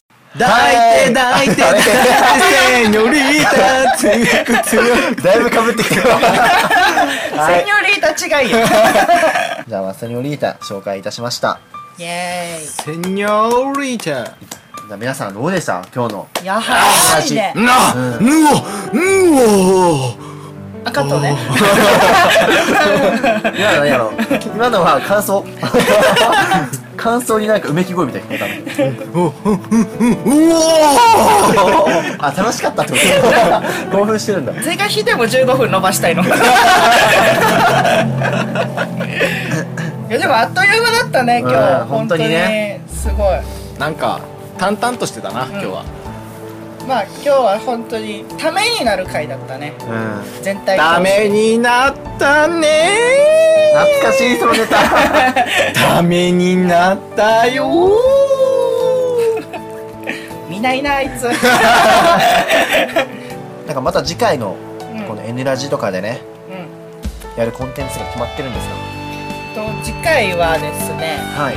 抱いて抱いて抱いてセニョリータ強く強くだいぶかぶってき てるはセいニョリータ違いよ。 じゃあまあセニョリータ紹介いたしましたイエセニョリータじゃあ皆さんどうでした今日のーイ。やはりね。なぬおぬあカットね。今の何やろ今のは感 想感想になんかうめき声みたいに聞こえたのおうお あ楽しかったってこと 興奮してるんだ追加費でも15分伸 ばしたいの。いやでもあっという間だったね今う日ん本当にね本当にすごいなんか淡々としてたな今日はまあ今日は本当にためになる回だったねうん全体ダメになったね懐かしいそのネ タダメになったよー見ないな あいつなんかまた次回のうんこの「N ラジ」とかでねうんやるコンテンツが決まってるんですかと次回はですねはい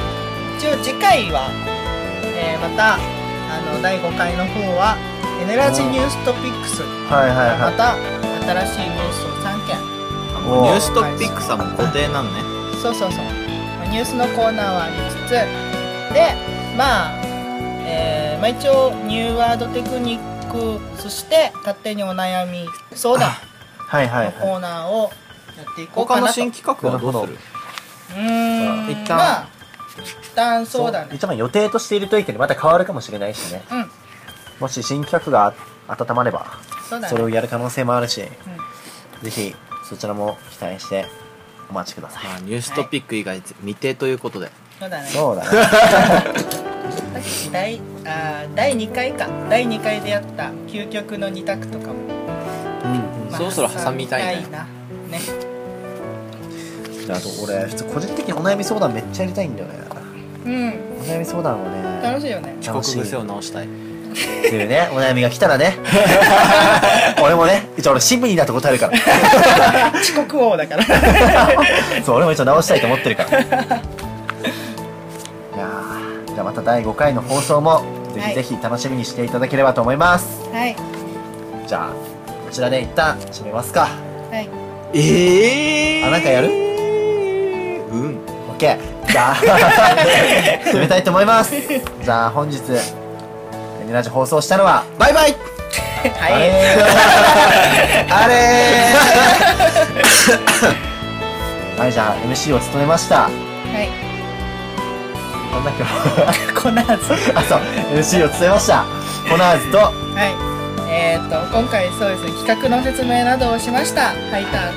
一応次回は、えーまたあの第5回の方は「エネラジーニューストピックス」はいはいまはいた新しいニュースを3件もうニューストピックさんも固定なんねそうそうそうニュースのコーナーはありつつでまあ、えーまあ、一応ニューワードテクニックそして勝手にお悩み相談はいはいはのいコーナーをやっていこうか他のなと新企画はどうするうーん一旦まあ一旦そうだね一番予定としているといいけどまた変わるかもしれないしねうんもし新企画が温まればそうだそれねをやる可能性もあるしうんぜひそちらも期待してお待ちくださいまあニューストピック以外未定ということでそうだねそうだね第あー第2回か第2回でやった究極の2択とかも、うんまあそろそろ挟みたいね挟みなねであと俺普通個人的にお悩み相談めっちゃやりたいんだよねうんお悩み相談をね楽しいよね遅刻癖を直したいっていうね、お悩みが来たらね。俺もね、一応俺新聞になって答えるから。遅刻王だからそう、俺も一応直したいと思ってるから。いやーじゃあまた第5回の放送も、ぜひぜひ楽しみにしていただければと思います。 はいじゃあ、こちらで一旦締めますか。はいええあなんかやるうんオッケー。じゃあ、 締めたいと思います。じゃあ本日、エニラジ放送したのは、バイバイあはいれーあれ ーはい、じゃあ MC を務めました。はい なんだっけなこんなはずはあ、そう MC を務めましたコナーズといえっ、ー、と今回そうですね企画の説明などをしましたハイタ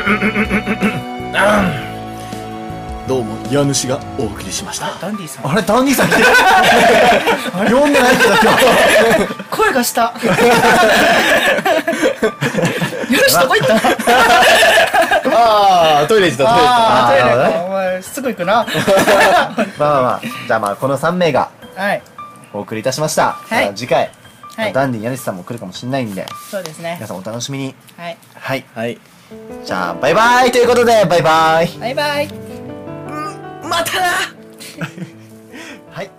ーとどうも家主がお送りしましたダンディさあれダンディさん来て る読んでないけど今日声がした よしどこ行ったああトイレ行ってあトイレだあトイレかお前すぐ行くなまあまあまあじゃあまあこの3名がはいお送りいたしました、はいまあ次回、はいダンディ家主さんも来るかもしれないんでそうですね皆さんお楽しみにはいはいはいじゃあバイバイということでバイバイバイバイまたなはい